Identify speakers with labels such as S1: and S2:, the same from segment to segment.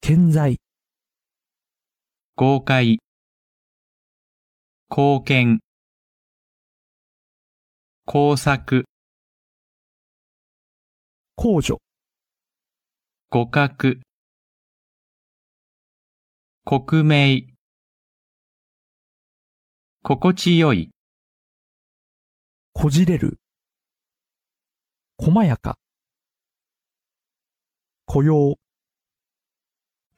S1: 健在、
S2: 公開、貢献、工作、
S1: 控除、
S2: 互角、国名、心地よい、
S1: こじれる、細やか、雇用、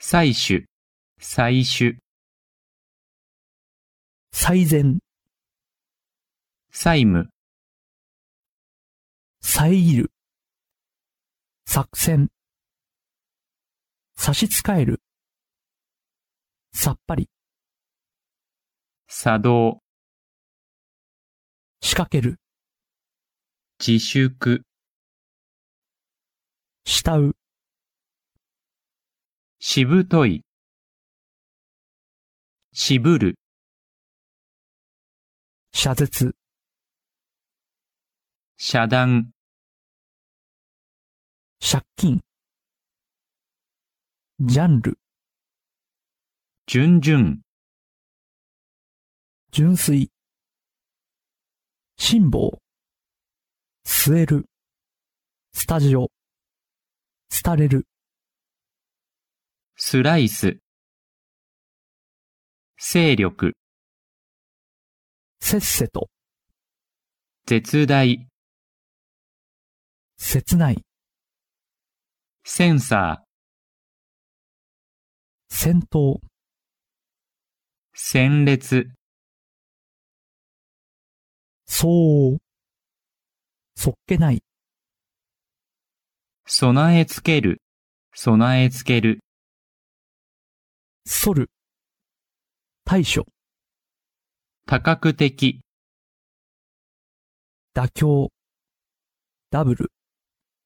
S2: 採取、採取、
S1: 最善、
S2: 債務、
S1: 遮る、作戦、差し支える、さっぱり、
S2: 作動、
S1: 仕掛ける、
S2: 自粛、
S1: 慕う、
S2: しぶとい、渋る、
S1: 謝絶、
S2: 遮断、
S1: 借金、ジャンル、
S2: 準々、
S1: 純粋、辛抱、据える、スタジオ、廃れる、
S2: スライス、勢力、
S1: せっせと、
S2: 絶大、
S1: 切ない、
S2: センサー、
S1: 戦闘、
S2: 戦列、
S1: 相応、そっけない、
S2: 備え付ける、備え付ける、
S1: 反る、対処、
S2: 多角的、
S1: 妥協、ダブル、